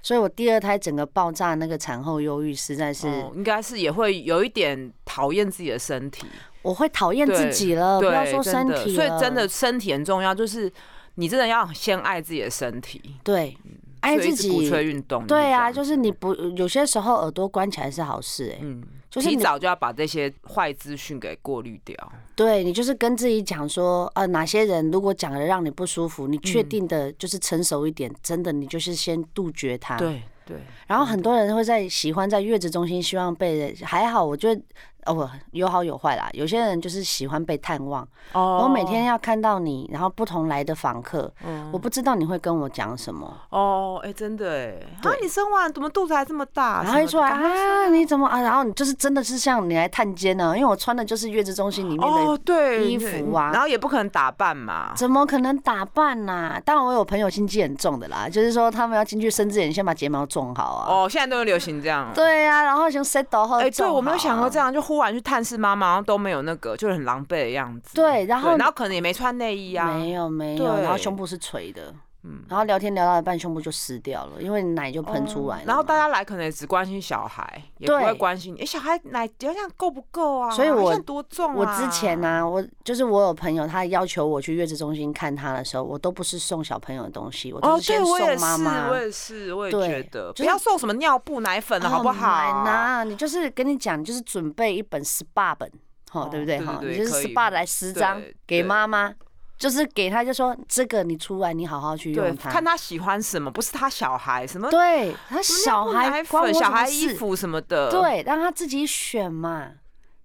Speaker 1: 所以我第二胎整个爆炸那个产后忧郁，实在是、
Speaker 2: 哦应该是也会有一点讨厌自己的身体，
Speaker 1: 我会讨厌自
Speaker 2: 对
Speaker 1: 己呃了，不
Speaker 2: 对，
Speaker 1: 要说身
Speaker 2: 真的
Speaker 1: 体
Speaker 2: 所以
Speaker 1: 了
Speaker 2: 真的身体很重要，就是你真的要先爱自己的身体，
Speaker 1: 对爱
Speaker 2: 嗯所以
Speaker 1: 自
Speaker 2: 一直鼓
Speaker 1: 己。
Speaker 2: 吹运动。
Speaker 1: 对啊，
Speaker 2: 就是
Speaker 1: 就是你不有些时候耳朵关起来是好事哎、
Speaker 2: 这样嗯嗯，
Speaker 1: 就是
Speaker 2: 提
Speaker 1: 你
Speaker 2: 早就要把这些坏资讯给过滤掉。
Speaker 1: 对你就是跟自己讲说，呃，哪些人如果讲的让你不舒服，你确
Speaker 2: 嗯
Speaker 1: 定的就是成熟一点，真的你就是先杜绝他。。
Speaker 2: 对嗯对，
Speaker 1: 然后很多人会在喜欢在月子中心，希望被人还好，我觉得哦不有好有坏啦。有些人就是喜欢被探望，
Speaker 2: 哦
Speaker 1: 我每天要看到你，然后不同来的访客，
Speaker 2: 嗯
Speaker 1: 我不知道你会跟我讲什么，
Speaker 2: 哦，哎、真的哎，啊
Speaker 1: 对，
Speaker 2: 你生完怎么肚子还这么大？
Speaker 1: 然后一
Speaker 2: 什
Speaker 1: 出
Speaker 2: 么
Speaker 1: 来
Speaker 2: 的
Speaker 1: 啊你怎么啊，然后你就是真的是像你来探监呢、因为我穿的就是月子中心里面的
Speaker 2: 哦，对，
Speaker 1: 衣
Speaker 2: 对
Speaker 1: 服啊
Speaker 2: 然后也不可能打扮嘛。
Speaker 1: 怎么可能打扮呐、当然，我有朋友心机很重的啦，就是说他们要进去深之前，先把睫毛种好啊。
Speaker 2: 哦，现在都流行这样。，
Speaker 1: 对呀、然后先 set 到后。
Speaker 2: 哎、对，我没有想过这。样，就忽然去探视妈妈，然后都没有那个，就是很狼狈的样子。
Speaker 1: 对，然后
Speaker 2: 然后可能也没穿内衣啊。
Speaker 1: 没有没有，
Speaker 2: 对
Speaker 1: 然后胸部是垂的，
Speaker 2: 嗯
Speaker 1: 然后聊天聊到一半，胸部就湿掉了，因为奶就喷出来了嘛、
Speaker 2: 哦然后大家来可能也只关心小孩，也不会
Speaker 1: 啊对
Speaker 2: 关心你，哎、小孩奶流量够不够啊？
Speaker 1: 所以我
Speaker 2: 他现在多重啊？
Speaker 1: 我之前呢、我就是我有朋友，他要求我去月子中心看他的时候，我都不是送小朋友的东西，我都
Speaker 2: 哦，
Speaker 1: 是
Speaker 2: 对，
Speaker 1: 先
Speaker 2: 我也
Speaker 1: 送妈
Speaker 2: 是，
Speaker 1: 妈。
Speaker 2: 我也是，我也
Speaker 1: 对
Speaker 2: 觉得，
Speaker 1: 就是啊
Speaker 2: 不要送什么尿布、奶粉了，好不好？
Speaker 1: 呐，哦啊你就是跟你讲，你就是准备一本 SPA 本，哈，
Speaker 2: 哦
Speaker 1: 对不对？哈，
Speaker 2: 对
Speaker 1: 你就
Speaker 2: 对
Speaker 1: 是
Speaker 2: 可以
Speaker 1: SPA 来十张
Speaker 2: 对
Speaker 1: 给
Speaker 2: 对
Speaker 1: 妈妈，就是给她就说这个你出来，你好好去
Speaker 2: 对，
Speaker 1: 用它
Speaker 2: 看。他喜欢什么，不是他小孩什么
Speaker 1: 对，她
Speaker 2: 什么
Speaker 1: 小
Speaker 2: 尿布
Speaker 1: 孩
Speaker 2: 奶
Speaker 1: 关我
Speaker 2: 粉、
Speaker 1: 什
Speaker 2: 小
Speaker 1: 么
Speaker 2: 孩衣
Speaker 1: 事，
Speaker 2: 服什么的，，
Speaker 1: 对，让她自己选嘛。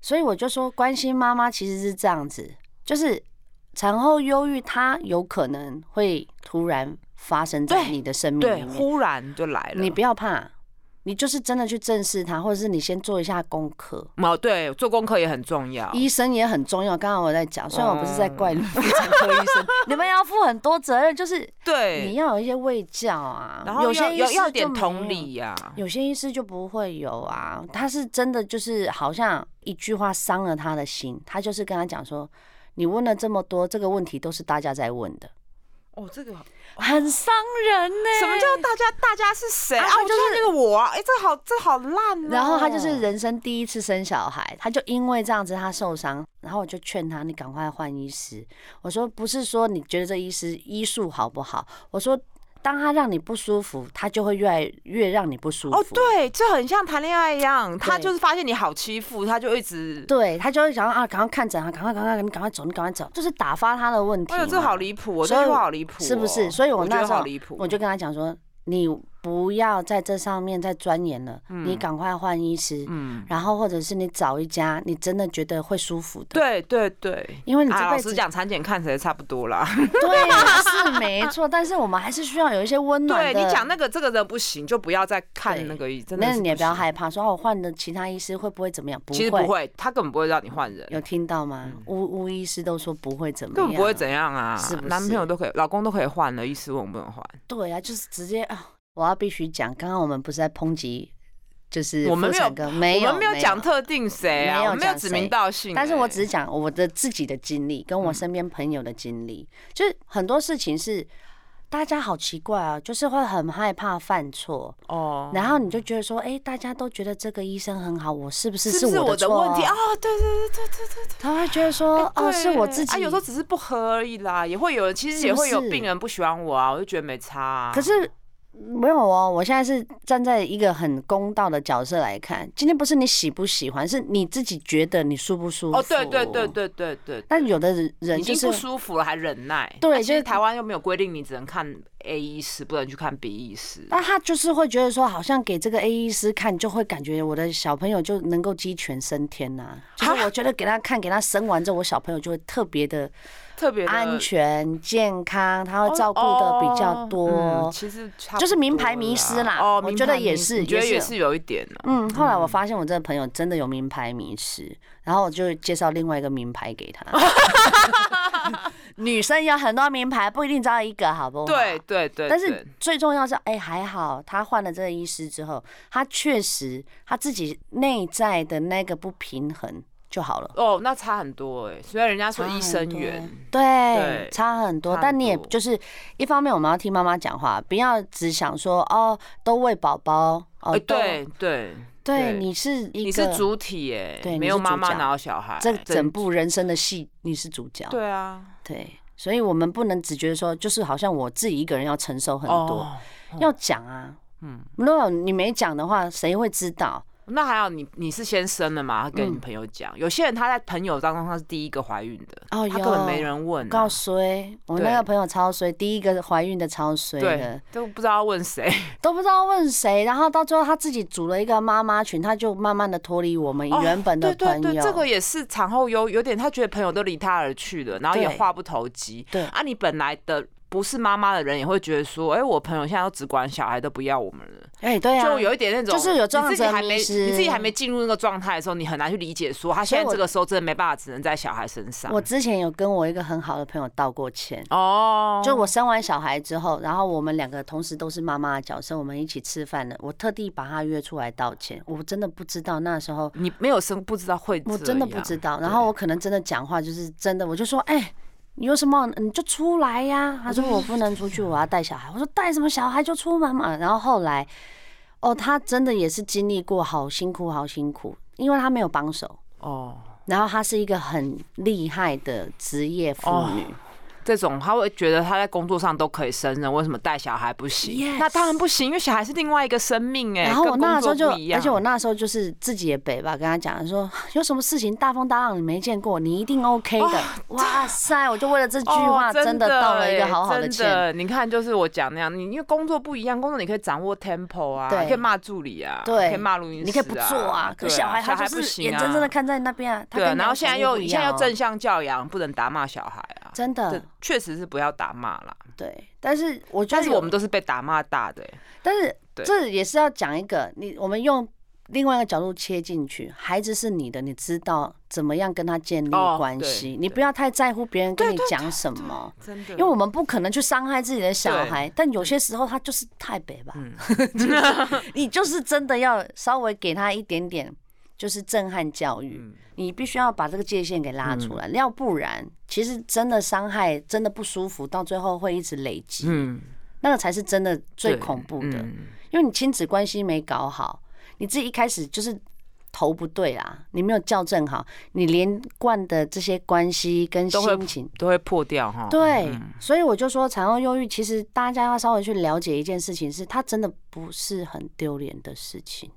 Speaker 1: 所以我就说，关心妈妈其实是这样子，就是产后忧郁，它有可能会突然发生在
Speaker 2: 对
Speaker 1: 你的生命里
Speaker 2: 对，
Speaker 1: 面，
Speaker 2: 忽然就来了。
Speaker 1: 你不要怕，你就是真的去正视它，或者是你先做一下功课。
Speaker 2: 哦，对，做功课也很重要。
Speaker 1: 医生也很重要，刚刚我在
Speaker 2: 嗯
Speaker 1: 讲，虽然我不是在
Speaker 2: <laughs>
Speaker 1: 怪你们妇产科医生，你们要负很多责任，就是
Speaker 2: 对，
Speaker 1: 你要有一些卫教啊，
Speaker 2: 然后
Speaker 1: 有
Speaker 2: 要
Speaker 1: 些医
Speaker 2: 有
Speaker 1: 师
Speaker 2: 要
Speaker 1: 就
Speaker 2: 点
Speaker 1: 没有
Speaker 2: 同理啊呀、
Speaker 1: 有些医师就不会有啊，他是真的就是好像一句话伤了他的心，他就是跟他讲说，你问了这么多，这个问题都是大家在问的，
Speaker 2: 哦，这个
Speaker 1: 很伤人呢、
Speaker 2: 什么叫大家？大家是谁
Speaker 1: 啊
Speaker 2: 啊？
Speaker 1: 他
Speaker 2: 我
Speaker 1: 就
Speaker 2: 就是是那个我啊！哎、这好，这好烂、哦。
Speaker 1: 然后他就是人生第一次生小孩，他就因为这样子他受伤，然后我就劝他，你赶快换医师。我说不是说你觉得这医师医术好不好，我说当他让你不舒服，他就会越来越让你不舒服。
Speaker 2: 哦，对，这很像谈恋爱一样，他
Speaker 1: 对
Speaker 2: 就是发现你好欺负，他就一直。
Speaker 1: 对他就会想要啊，赶快看诊啊，赶快赶快你赶快走，你赶快走，就是打发他的问题
Speaker 2: 哎
Speaker 1: 嘛。
Speaker 2: 呦，这好离谱哦！
Speaker 1: 所以
Speaker 2: 这句话好离谱哦，
Speaker 1: 是不是所以我
Speaker 2: 我觉
Speaker 1: 那
Speaker 2: 得
Speaker 1: 时候
Speaker 2: 好离谱，
Speaker 1: 我就跟他讲说，你不要在这上面再钻研了，你赶快换医师，
Speaker 2: 嗯，
Speaker 1: 然后或者是你找一家你真的觉得会舒服的。
Speaker 2: 对对对。
Speaker 1: 因为你
Speaker 2: 啊，
Speaker 1: 这
Speaker 2: 老
Speaker 1: 辈
Speaker 2: 实
Speaker 1: 子、
Speaker 2: 讲，产检看谁差不多啦。
Speaker 1: 对是没错，但是我们还是需要有一些温 <laughs> 暖
Speaker 2: 对
Speaker 1: 的。
Speaker 2: 你讲那个这个人不行，就不要再看那个，真的
Speaker 1: 那
Speaker 2: 是
Speaker 1: 你也不
Speaker 2: 行
Speaker 1: 要害怕，说哦我换的其他医师会不会怎么样？不
Speaker 2: 其实不会，他根本不会让你换人，
Speaker 1: 有听到吗？巫巫医师都说不会怎么
Speaker 2: 根
Speaker 1: 样，
Speaker 2: 本不会怎样啊。
Speaker 1: 是不
Speaker 2: 男朋
Speaker 1: 是
Speaker 2: 友都可以，老公都可以换了，医师为什么不能换？
Speaker 1: 对啊，就是直接啊，我要必须讲，刚刚我们不是在抨击，就是
Speaker 2: 我们
Speaker 1: 妇
Speaker 2: 没有
Speaker 1: 产科没有
Speaker 2: 我们没有讲特定谁啊，
Speaker 1: 没有
Speaker 2: 我们没有
Speaker 1: 讲
Speaker 2: 指
Speaker 1: 谁
Speaker 2: 名道姓欸、嗯
Speaker 1: 但是我只是讲我的自己的经历，跟我身边朋友的经历，就是很多事情是大家好奇怪啊，就是会很害怕犯错，
Speaker 2: 哦，
Speaker 1: 然后你就觉得说，哎、大家都觉得这个医生很好，我是不是
Speaker 2: 是不是
Speaker 1: 我
Speaker 2: 我
Speaker 1: 的
Speaker 2: 的
Speaker 1: 错
Speaker 2: 问
Speaker 1: 啊
Speaker 2: 题？哦，对对对对对对对。
Speaker 1: 他会觉得说，哦，是我自己。
Speaker 2: 啊，有时候只是不合而已啦，也会有人，其实
Speaker 1: 是
Speaker 2: 也
Speaker 1: 不
Speaker 2: 会有
Speaker 1: 是
Speaker 2: 病人不喜欢我啊，我就觉得没差、啊。
Speaker 1: 可是没有哦，我现在是站在一个很公道的角色来看，今天不是你喜不喜欢，是你自己觉得你舒不舒服。
Speaker 2: 哦，对对对。对对对，
Speaker 1: 但有的人人
Speaker 2: 已
Speaker 1: 就
Speaker 2: 经
Speaker 1: 是
Speaker 2: 不舒服了还忍耐，
Speaker 1: 对
Speaker 2: 啊其
Speaker 1: 就
Speaker 2: 实
Speaker 1: 是
Speaker 2: 台湾又没有规定你只能看 A 医师，不能去看 B 医师。
Speaker 1: 那他就是会觉得说，好像给这个 A 医师看，就会感觉我的小朋友就能够鸡犬升天呐、
Speaker 2: 啊
Speaker 1: 就是我觉得给他看，给他生完之后，我小朋友就会特别的
Speaker 2: 特别的
Speaker 1: 安全、健康，他会
Speaker 2: 哦
Speaker 1: 照顾的比较
Speaker 2: 哦
Speaker 1: 多。
Speaker 2: 嗯其实差不
Speaker 1: 就是名牌
Speaker 2: 多
Speaker 1: 迷失啦
Speaker 2: 哦，
Speaker 1: 我
Speaker 2: 名
Speaker 1: 觉得
Speaker 2: 牌
Speaker 1: 也
Speaker 2: 迷
Speaker 1: 是
Speaker 2: 你觉
Speaker 1: 也
Speaker 2: 得
Speaker 1: 是
Speaker 2: 也
Speaker 1: 有
Speaker 2: 是有一点啊呢、
Speaker 1: 嗯，后来我发现我这个朋友真的有名牌迷失，然后我就介绍另外一个名牌给 <laughs> 他。女生有很多名牌，不一定只有一个，好不好？
Speaker 2: 对对对，
Speaker 1: 但
Speaker 2: 对
Speaker 1: 是最重要是，哎、还好他换了这个医师之后，他确实他自己内在的那个不平衡就好了。
Speaker 2: 哦，那差很多哎、虽然人家说
Speaker 1: 差
Speaker 2: 医
Speaker 1: 很
Speaker 2: 生
Speaker 1: 多
Speaker 2: 缘，
Speaker 1: 对
Speaker 2: 对，
Speaker 1: 差很多。
Speaker 2: 差很
Speaker 1: 但你也
Speaker 2: 多
Speaker 1: 就是一方面，我们要听妈妈讲话，不要只想说哦，都喂宝宝哦
Speaker 2: 哎，，
Speaker 1: 都
Speaker 2: 对对，
Speaker 1: 对，
Speaker 2: 对
Speaker 1: 你是一
Speaker 2: 你
Speaker 1: 个
Speaker 2: 是主体哎、
Speaker 1: 对你
Speaker 2: 没有
Speaker 1: 是主
Speaker 2: 妈妈
Speaker 1: 角
Speaker 2: 哪有小孩，
Speaker 1: 这整部人生的戏，你是主角。
Speaker 2: 对啊，
Speaker 1: 对，所以我们不能只觉得说，就是好像我自己一个人要承受很多，
Speaker 2: 哦，
Speaker 1: 要讲啊。嗯，如果你没讲的话，谁会知道？
Speaker 2: 那还有你你是先生的嘛？
Speaker 1: 嗯
Speaker 2: 跟你朋友讲，有些人他在朋友当中他是第一个怀孕的，
Speaker 1: 哦
Speaker 2: 他根本
Speaker 1: 有
Speaker 2: 没人问、啊
Speaker 1: 告，衰，我那
Speaker 2: 对
Speaker 1: 个朋友超衰，第一个怀孕的超衰
Speaker 2: 对
Speaker 1: 的，，
Speaker 2: 都不知道要问谁，
Speaker 1: 都不知道问谁，然后到最后他自己组了一个妈妈群，他就慢慢的脱离我们
Speaker 2: 哦
Speaker 1: 原本的
Speaker 2: 对
Speaker 1: 朋友。
Speaker 2: 对对，这个也是产后忧，有点他觉得朋友都离他而去了，然后也
Speaker 1: 对
Speaker 2: 话不投机。
Speaker 1: 对
Speaker 2: 啊，你本来的不是妈妈的人也会觉得说，哎、我朋友现在都只管小孩，都不要我们了，
Speaker 1: 哎、对啊，
Speaker 2: 就有一点那种，
Speaker 1: 就是有这样子
Speaker 2: 你自
Speaker 1: 的
Speaker 2: 己还没
Speaker 1: 迷失
Speaker 2: 你自己还没进入那个状态的时候，你很难去理解说他
Speaker 1: 所以
Speaker 2: 现
Speaker 1: 我
Speaker 2: 在这个时候真的没办法，只能在小孩身上
Speaker 1: 我。之前有跟我一个很好的朋友道过歉，
Speaker 2: 哦，
Speaker 1: 就我生完小孩之后，然后我们两个同时都是妈妈的角色，我们一起吃饭了。我特地把他约出来道歉，我真的不知道那时候，
Speaker 2: 你没有生不知道会，
Speaker 1: 我真的不知。道。然后我可能真的讲话就是真的，我就说，哎、你有什么你就出来呀、他说我不能出去，我要带小孩。我说带什么小孩就出门嘛。然后后来，哦，他真的也是经历过，好辛苦，好辛苦，因为他没有帮手。
Speaker 2: 哦，
Speaker 1: 然后她是一个很厉害的职业妇
Speaker 2: 哦
Speaker 1: 女，
Speaker 2: 这种他会觉得他在工作上都可以胜任，为什么带小孩不行
Speaker 1: Yes
Speaker 2: 那当然不行，因为小孩是另外一个生命哎、
Speaker 1: 然后我
Speaker 2: 跟
Speaker 1: 那
Speaker 2: 工
Speaker 1: 时候
Speaker 2: 作
Speaker 1: 就
Speaker 2: 不一，样
Speaker 1: 而且我那时候就是自己也北吧，跟他讲说，有什么事情大风大浪你没见过，你一定 OK 的。哇塞，我就为了这句话
Speaker 2: 哦
Speaker 1: 真的道了一个好好
Speaker 2: 耶
Speaker 1: 的
Speaker 2: 真
Speaker 1: 歉。
Speaker 2: 的你看，就是我讲那样，你因为工作不一样，工作你可以掌握 tempo 啊，
Speaker 1: 对
Speaker 2: 你可以骂助理啊，
Speaker 1: 对
Speaker 2: 可以骂录音师、啊，
Speaker 1: 你可以不做啊，可
Speaker 2: 对
Speaker 1: 小孩
Speaker 2: 小
Speaker 1: 他
Speaker 2: 孩
Speaker 1: 就
Speaker 2: 不
Speaker 1: 是
Speaker 2: 行
Speaker 1: 眼
Speaker 2: 啊，
Speaker 1: 睁睁的看在那边啊。他
Speaker 2: 对啊，
Speaker 1: 跟
Speaker 2: 然后现在又现在又正
Speaker 1: 真
Speaker 2: 向教养，不能打骂小孩啊，
Speaker 1: 真
Speaker 2: 这
Speaker 1: 的
Speaker 2: 确实是不要打骂啦。
Speaker 1: 对，但是我觉
Speaker 2: 但
Speaker 1: 得
Speaker 2: 是
Speaker 1: 有
Speaker 2: 我们都是被打骂大的、欸，
Speaker 1: 但是
Speaker 2: 对
Speaker 1: 这也是要讲一个，你我们用另外一个角度切进去，孩子是你的，你知道怎么样跟他建立
Speaker 2: 哦
Speaker 1: 关
Speaker 2: 对
Speaker 1: 系，
Speaker 2: 对
Speaker 1: 你不要太在乎别人跟
Speaker 2: 对
Speaker 1: 你
Speaker 2: 对
Speaker 1: 讲什么。
Speaker 2: 真的，
Speaker 1: 因为我们不可能去伤害自己的小
Speaker 2: 对
Speaker 1: 孩，但有些时候他就是太北吧，
Speaker 2: 嗯
Speaker 1: <laughs> 就是你就是真的要稍微给他一点点，就是震撼教育，
Speaker 2: 嗯
Speaker 1: 你必须要把这个界限给拉出来，要不然其实真的伤害真的不舒服，到最后会一直累积，
Speaker 2: 嗯，
Speaker 1: 那个才是真的最
Speaker 2: 对
Speaker 1: 恐怖的，
Speaker 2: 嗯
Speaker 1: 因为你亲子关系没搞好，你自己一开始就是头不对啦，你没有校正好，你连贯的这些关系跟
Speaker 2: 都会
Speaker 1: 心情。
Speaker 2: 都会破掉哈。
Speaker 1: 对
Speaker 2: 嗯，
Speaker 1: 所以我就说，产后忧郁其实大家要稍微去了解一件事情是，它真的不是很丢脸的事情。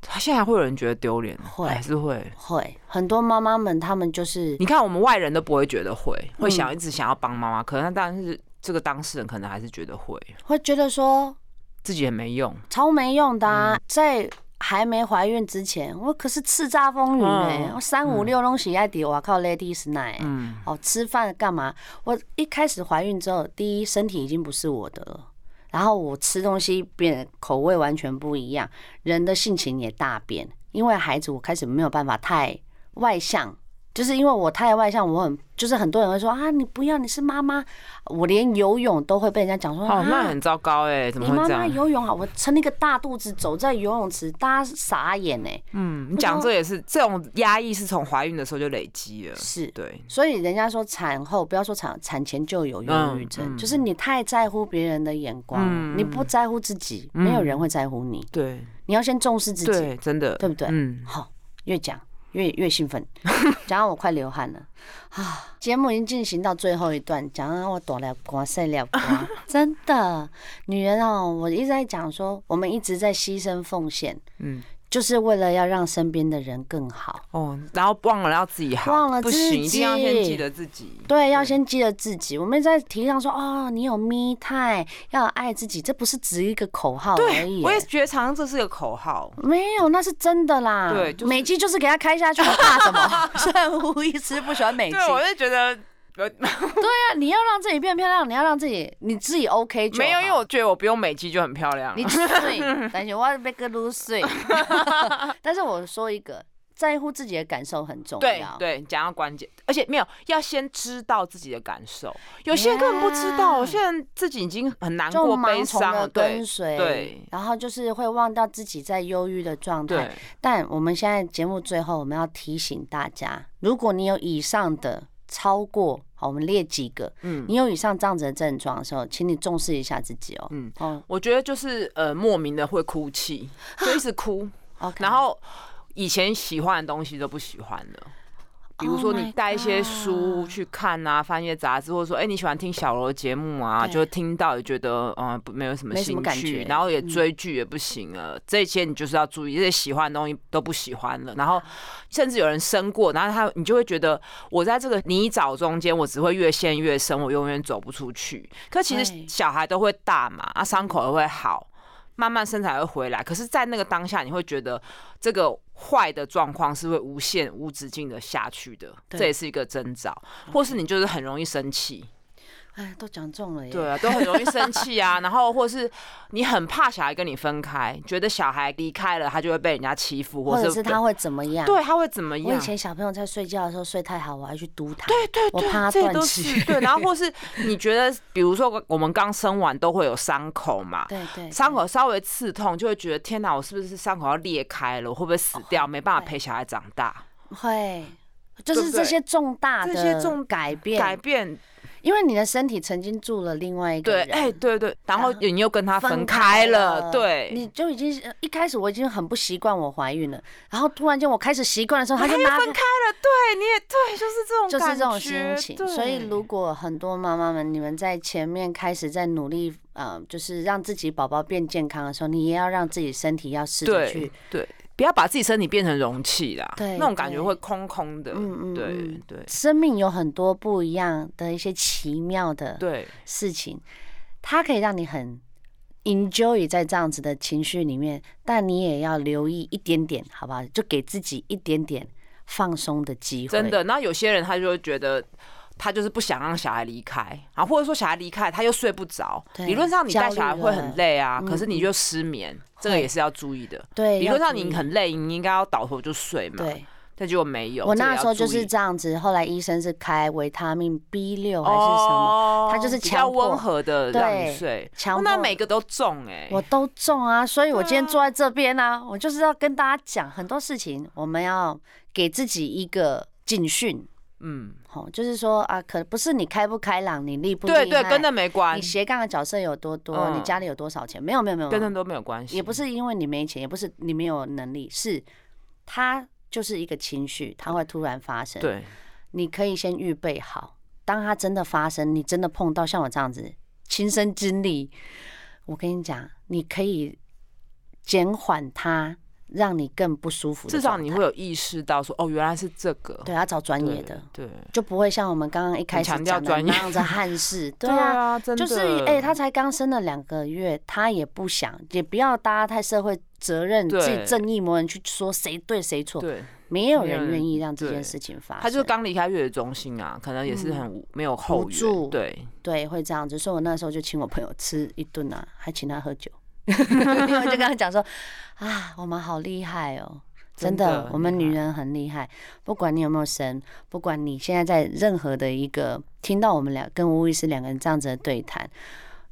Speaker 2: 他现在会有人觉得丢脸，
Speaker 1: 会
Speaker 2: 还是会。
Speaker 1: 会很多妈妈们，她们就是
Speaker 2: 你看我们外人都不会觉得会，会
Speaker 1: 嗯
Speaker 2: 想一直想要帮妈妈，可能但是这个当事人可能还是觉得会，
Speaker 1: 会觉得说
Speaker 2: 自己也没用。
Speaker 1: 超没用的、
Speaker 2: 嗯
Speaker 1: 啊，在还没怀孕之前，我可是叱咤风云哎、
Speaker 2: 嗯
Speaker 1: 我三五六东西爱迪，我靠，ladies night、
Speaker 2: 嗯，
Speaker 1: 哦，吃饭干嘛？我一开始怀孕之后，第一身体已经不是我的了，然后我吃东西变口味完全不一样，人的性情也大变，因为孩子我开始没有办法太外向。就是因为我太外向，我很就是很多人会说啊，你不要，你是妈妈，我连游泳都会被人家讲说
Speaker 2: 哦，那
Speaker 1: 啊
Speaker 2: 很糟糕哎，怎么
Speaker 1: 你
Speaker 2: 会
Speaker 1: 妈
Speaker 2: 这
Speaker 1: 妈
Speaker 2: 样？
Speaker 1: 游泳好，啊我撑那个大肚子走在游泳池，大家傻眼哎、
Speaker 2: 嗯，你讲这也是这种压抑是从怀孕的时候就累积了，
Speaker 1: 是
Speaker 2: 对，
Speaker 1: 所以人家说产后不要说产产前就有忧郁症，
Speaker 2: 嗯嗯
Speaker 1: 就是你太在乎别人的眼光，
Speaker 2: 嗯
Speaker 1: 你不在乎自己，
Speaker 2: 嗯
Speaker 1: 没有人会在乎你。
Speaker 2: 对，
Speaker 1: 你要先重视自己，
Speaker 2: 对，真的，
Speaker 1: 对不对
Speaker 2: 嗯，
Speaker 1: 好、越讲越越兴奋， <laughs> 讲到我快流汗了啊！节目已经进行到最后一段，讲到我躲了瓜，晒了
Speaker 2: <laughs>
Speaker 1: 瓜，真的，女人哦，我一直在讲说，我们一直在牺牲奉献，
Speaker 2: 嗯，
Speaker 1: 就是为了要让身边的人更好。
Speaker 2: 哦，然后忘了要自己好，
Speaker 1: 忘了
Speaker 2: 不
Speaker 1: 自
Speaker 2: 行，一定要先
Speaker 1: 己
Speaker 2: 记得自己，
Speaker 1: 对，要先记得自己。我们在提倡说，哦，你有 me time，要有爱自己，这不是只一个口号而已
Speaker 2: 对，我也
Speaker 1: 耶。
Speaker 2: 觉得常常这是个口号，
Speaker 1: 没有，那是真的啦。
Speaker 2: 对就是
Speaker 1: 美肌就是给他开下去，我怕什
Speaker 2: <laughs>
Speaker 1: 么？虽然吴医师不喜欢美肌，
Speaker 2: 对，我就觉得呃有
Speaker 1: 那你要让自己变漂亮，你要让自己你自己 OK 就好
Speaker 2: 没有，因为我觉得我不用美肌就很漂亮啊
Speaker 1: 你
Speaker 2: 了， <laughs>
Speaker 1: 睡，但是我要被个撸睡。但是我说一个，在乎自己的感受很重
Speaker 2: 对
Speaker 1: 要。
Speaker 2: 对，讲到关键，而且没有要先知道自己的感受，有些人根本不知道，有些人自己已经很难
Speaker 1: 就
Speaker 2: 过、悲
Speaker 1: 盲从
Speaker 2: 伤
Speaker 1: 的
Speaker 2: 了，
Speaker 1: 跟
Speaker 2: 对
Speaker 1: 随，
Speaker 2: 对
Speaker 1: 然后就是会忘掉自己在忧郁的状态
Speaker 2: 对，，
Speaker 1: 但我们现在节目最后，我们要提醒大家，如果你有以上的超过，好，我们列几个，
Speaker 2: 嗯
Speaker 1: 你有以上这样子的症状的时候，请你重视一下自己哦。
Speaker 2: 嗯，
Speaker 1: 哦
Speaker 2: 我觉得就是呃莫名的会哭泣，就一直哭，
Speaker 1: ，OK，
Speaker 2: 然后以前喜欢的东西都不喜欢了。比如
Speaker 1: Oh
Speaker 2: 说你
Speaker 1: my
Speaker 2: 带一些
Speaker 1: God
Speaker 2: 书去看啊，翻一些杂志，或者说，哎、你喜欢听小罗的节目啊，
Speaker 1: 对
Speaker 2: 就听到也觉得，嗯、不没有什么
Speaker 1: 没什么
Speaker 2: 兴
Speaker 1: 感觉，
Speaker 2: 趣然后也
Speaker 1: 嗯
Speaker 2: 追剧也不行了，这些你就是要注意，这些喜欢的东西都不喜欢了，然后甚至有人生过，然后他你就会觉得，我在这个泥沼中间，我只会越陷越深，我永远走不出去。可其
Speaker 1: 对
Speaker 2: 实小孩都会大嘛，啊，伤口也会好，慢慢身材会回来。可是，在那个当下，你会觉得这个坏的状况是会无限无止境的下去的，
Speaker 1: 对
Speaker 2: 这也是一个征兆。或是你就是很容易生气，
Speaker 1: 哎，都讲中了耶。
Speaker 2: 对啊，都很容易生气啊。 <laughs> 然后，或是你很怕小孩跟你分开，觉得小孩离开了他就会被人家欺负，
Speaker 1: 或者
Speaker 2: 是
Speaker 1: 是他会怎么样？，
Speaker 2: 对他会怎么样？
Speaker 1: 我以前小朋友在睡觉的时候睡太好，我还去督他。
Speaker 2: 对对
Speaker 1: 我
Speaker 2: 对，啊
Speaker 1: 怕他
Speaker 2: 这
Speaker 1: 断
Speaker 2: 都
Speaker 1: 气
Speaker 2: 是对，然后或是你觉得，比如说我们刚生完都会有伤口
Speaker 1: <laughs>
Speaker 2: 嘛，
Speaker 1: 对对，
Speaker 2: 伤口稍微刺痛就会觉得天哪，我是不是伤口要裂开了？我会不会死
Speaker 1: 哦
Speaker 2: 掉？没办法陪小孩长大，
Speaker 1: 会。就
Speaker 2: 对
Speaker 1: 是
Speaker 2: 不
Speaker 1: 这
Speaker 2: 对
Speaker 1: 些重大的
Speaker 2: 这些重
Speaker 1: 改变，
Speaker 2: 改变
Speaker 1: 因为你的身体曾经住了另外一个
Speaker 2: 对，
Speaker 1: 人，
Speaker 2: 哎对对，然后
Speaker 1: 然后
Speaker 2: 你又跟他分开了，对，
Speaker 1: 你就已经呃一开始我已经很不习惯我怀孕了，然后突然间我开始习惯的时候，他
Speaker 2: 他
Speaker 1: 就
Speaker 2: 又
Speaker 1: 拿
Speaker 2: 哎分开了，对，你也对，就是这种
Speaker 1: 就是这种
Speaker 2: 感
Speaker 1: 心
Speaker 2: 觉
Speaker 1: 情。
Speaker 2: 对
Speaker 1: 所以如果很多妈妈们，你们在前面开始在努力，呃，就是让自己宝宝变健康的时候，你也要让自己身体要试着去
Speaker 2: 对，对，不要把自己身体变成容器啦，
Speaker 1: 对
Speaker 2: 那种感觉
Speaker 1: 对
Speaker 2: 会空空的，
Speaker 1: 嗯嗯
Speaker 2: 对
Speaker 1: 嗯
Speaker 2: 对
Speaker 1: 生命有很多不一样的一些奇妙的
Speaker 2: 对，
Speaker 1: 事情，它可以让你很 enjoy 在这样子的情绪里面，但你也要留意一点点，好不好？就给自己一点点放松的机会。
Speaker 2: 真的。然后有些人他就会觉得。他就是不想让小孩离开啊，或者说小孩离开他又睡不着。
Speaker 1: 对
Speaker 2: 理论上你带
Speaker 1: 焦虑
Speaker 2: 小孩会很累啊，
Speaker 1: 了
Speaker 2: 可是你就失眠，这个也是要注意的。
Speaker 1: 对，
Speaker 2: 理
Speaker 1: 要
Speaker 2: 论上
Speaker 1: 注
Speaker 2: 你
Speaker 1: 意
Speaker 2: 很累，你应该要倒头就睡嘛。
Speaker 1: 对，
Speaker 2: 但结果没有。
Speaker 1: 我
Speaker 2: 这个
Speaker 1: 那
Speaker 2: 要
Speaker 1: 时候就
Speaker 2: 注
Speaker 1: 是
Speaker 2: 意
Speaker 1: 这样子，后来医生是开维他命 B 六还是什么，
Speaker 2: 哦
Speaker 1: 它就是
Speaker 2: 比
Speaker 1: 强
Speaker 2: 较
Speaker 1: 迫
Speaker 2: 温和的让你
Speaker 1: 对
Speaker 2: 睡。
Speaker 1: 强
Speaker 2: 哦
Speaker 1: 迫
Speaker 2: 那每个都中哎、
Speaker 1: 我都中啊，所以我
Speaker 2: 对
Speaker 1: 今天
Speaker 2: 啊
Speaker 1: 坐在这边呢、我就是要跟大家讲很多事情，我们要给自己一个警讯，
Speaker 2: 嗯，
Speaker 1: 哦，就是说啊，可不是你开不开朗，你厉不厉害，
Speaker 2: 对对，跟那没关
Speaker 1: 你，斜杠的角色有多多，你
Speaker 2: 嗯
Speaker 1: 家里有多少钱，没有没有没有，
Speaker 2: 跟那都没有关系。
Speaker 1: 也不是因为你没钱，也不是你没有能力，是它就是一个情绪，它会突然发生。，
Speaker 2: 对，
Speaker 1: 你可以先预备好，当它真的发生，你真的碰到像我这样子亲身经历，我跟你讲，你可以减缓它，让你更不舒服的
Speaker 2: 至
Speaker 1: 状态。
Speaker 2: 少你会有意识到说，哦，原来是这个。
Speaker 1: 对要找专业的，
Speaker 2: 对，对
Speaker 1: 就不会像我们刚刚一开始
Speaker 2: 强调
Speaker 1: 讲的
Speaker 2: 专业
Speaker 1: 那样子汉
Speaker 2: <laughs>
Speaker 1: 室。对啊，
Speaker 2: 啊，真的
Speaker 1: 就是哎、他才刚生了两个月，他也不想，也不要大家太社会责任，
Speaker 2: 对
Speaker 1: 自己正义魔人去说谁对谁错，
Speaker 2: 对，
Speaker 1: 没有
Speaker 2: 没有
Speaker 1: 人
Speaker 2: 人
Speaker 1: 愿意让这件
Speaker 2: 对
Speaker 1: 事情发生。
Speaker 2: 他就是刚离开月子中心啊，可能也是很无没有后
Speaker 1: 嗯无助
Speaker 2: 援。对，
Speaker 1: 对会这样子，所以我那时候就请我朋友吃一顿啊，还请他喝
Speaker 2: <laughs>
Speaker 1: 酒，因为我就跟他讲说啊，我们好厉害哦。真
Speaker 2: 真
Speaker 1: 的，
Speaker 2: 的
Speaker 1: 我们
Speaker 2: 厉害
Speaker 1: 女人很厉害，不管你有没有生，不管你现在在任何的一个听到我们俩跟吴医师两个人这样子的对谈，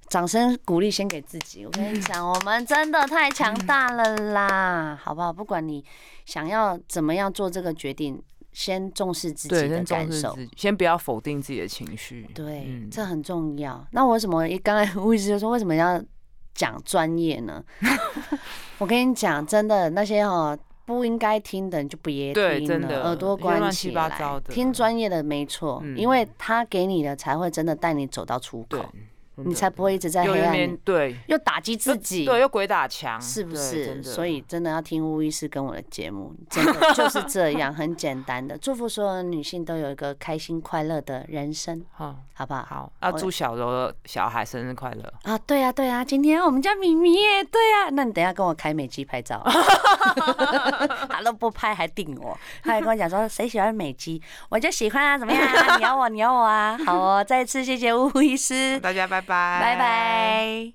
Speaker 1: 掌声鼓励先给自己。我跟你讲，我们真的太强大了啦，好不好？不管你想要怎么样做这个决定，先重视自己
Speaker 2: 对，
Speaker 1: 的
Speaker 2: 先重
Speaker 1: 感
Speaker 2: 视
Speaker 1: 受。
Speaker 2: 自己，先不要否定自己的情绪。
Speaker 1: 对，
Speaker 2: 嗯
Speaker 1: 这很重要。那我为什么一刚才吴医师就说为什么要讲专业呢？ <laughs> 我跟你讲，真的那些哦不应该听的你就别
Speaker 2: 对
Speaker 1: 听
Speaker 2: 真
Speaker 1: 了，
Speaker 2: 的
Speaker 1: 耳朵
Speaker 2: 因为乱
Speaker 1: 关
Speaker 2: 七
Speaker 1: 起
Speaker 2: 八
Speaker 1: 来
Speaker 2: 糟，的
Speaker 1: 听专业的没错，
Speaker 2: 嗯
Speaker 1: 因为他给你的才会真的带你走到出
Speaker 2: 对
Speaker 1: 口，，你才不会一直在
Speaker 2: 又
Speaker 1: 黑
Speaker 2: 一
Speaker 1: 暗
Speaker 2: 边
Speaker 1: 里
Speaker 2: 对
Speaker 1: 又打击自己。
Speaker 2: 对又鬼打墙，
Speaker 1: 是不
Speaker 2: 对
Speaker 1: 是？
Speaker 2: 真的
Speaker 1: 所以真的要听巫医师跟我的节目，真的就是这样，很简单的。祝福所有的女性都有一个开心快乐的人生，
Speaker 2: 好
Speaker 1: 好不好？
Speaker 2: 好，要
Speaker 1: 我
Speaker 2: 祝小柔的小孩生日快乐。
Speaker 1: 啊，对呀、对呀、今天我们家米米耶，对呀、那你等一下跟我开美肌拍
Speaker 2: <laughs>
Speaker 1: 照，他都不拍还定我，他还跟我讲说谁喜欢美肌，我就喜欢啊，怎么样啊？你咬我，你咬我啊！好哦，再次谢谢吴医师，
Speaker 2: 大家拜拜，
Speaker 1: 拜拜。